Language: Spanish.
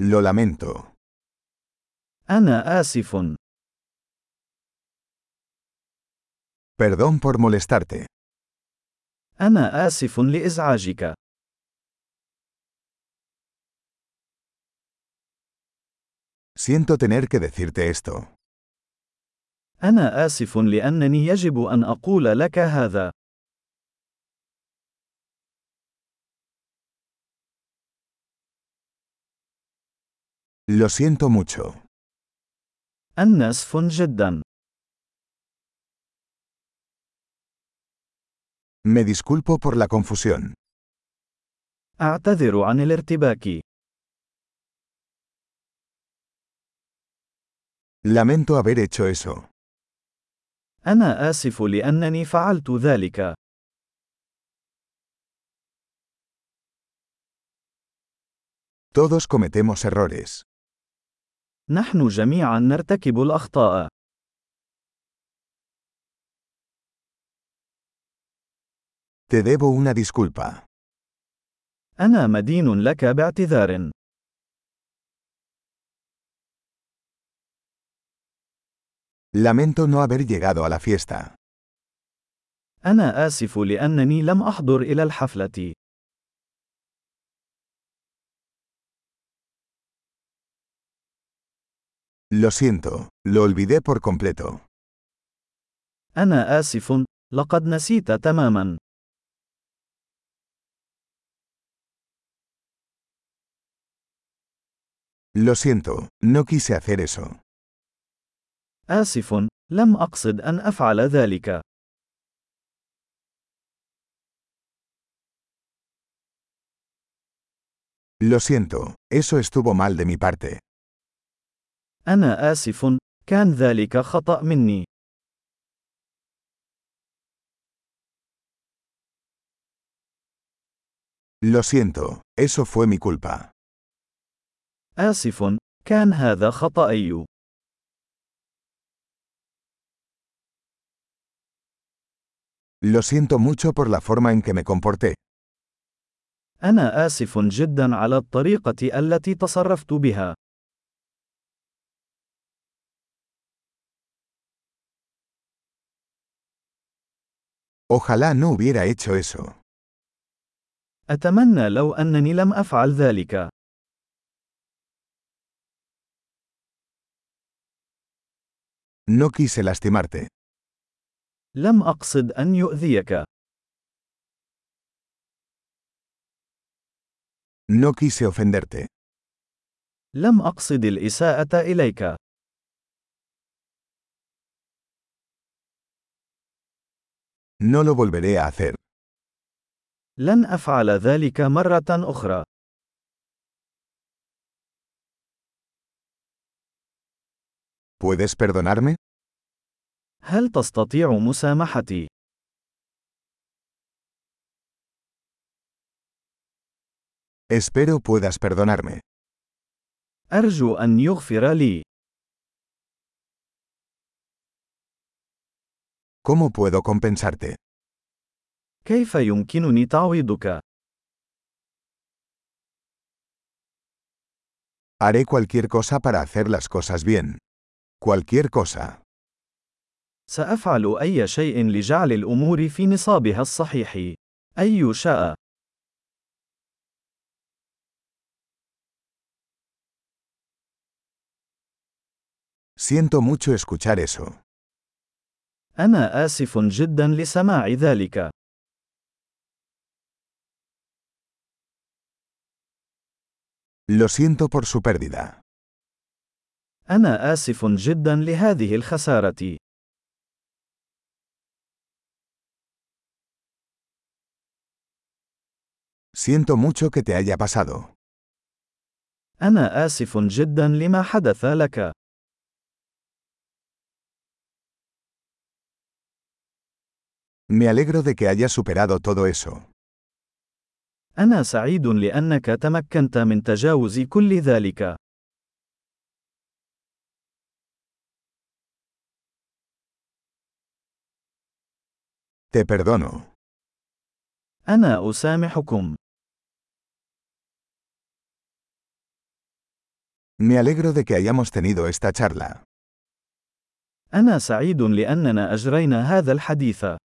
Lo lamento. أنا آسف. Perdón por molestarte. أنا آسف لإزعاجك. Siento tener que decirte esto. أنا آسف لأنني يجب أن أقول لك هذا. Lo siento mucho. أنا آسف جدا. Me disculpo por la confusión. أعتذر عن الارتباك. Lamento haber hecho eso. أنا آسف لأنني فعلت ذلك. Todos cometemos errores. نحن جميعا نرتكب الأخطاء. Te debo una disculpa. أنا مدين لك باعتذار. Lamento no haber llegado a la fiesta. أنا آسف لأنني لم أحضر إلى الحفلة. Lo siento, lo olvidé por completo. أنا آسف. لقد نسيت تماما. Lo siento, no quise hacer eso. آسف. لم أقصد أن أفعل ذلك. Lo siento, eso estuvo mal de mi parte. أنا آسف. كان ذلك خطأ مني. Lo siento, eso fue mi culpa. آسف. كان هذا خطأي. Lo siento mucho por la forma en que me comporté. أنا آسف جدا على الطريقة التي تصرفت بها. Ojalá no hubiera hecho eso. أتمنى لو أنني لم أفعل ذلك. No quise lastimarte. لم أقصد أن يؤذيك. No quise ofenderte. لم أقصد الإساءة إليك. No lo volveré a hacer. لن أفعل ذلك مرة أخرى. ¿Puedes perdonarme? هل تستطيع مسامحتي؟ Espero puedas perdonarme. أرجو أن يغفر لي. ¿Cómo puedo compensarte? كيف يمكنني تعويضك؟ Haré cualquier cosa para hacer las cosas bien. Cualquier cosa. سأفعل أي شيء لجعل الأمور في نصابها الصحيح. أي شاء. Siento mucho escuchar eso. أنا آسف جدا لسماع ذلك. Lo siento por su pérdida. أنا آسف جدا لهذه الخسارة. Siento mucho que te haya pasado. أنا آسف جدا لما حدث لك. Me alegro de que hayas superado todo eso. أنا سعيد لأنك تمكنت من تجاوز كل ذلك. Te perdono. أنا أسامحكم. Me alegro de que hayamos tenido esta charla. أنا سعيد لأننا أجرينا هذا الحديث.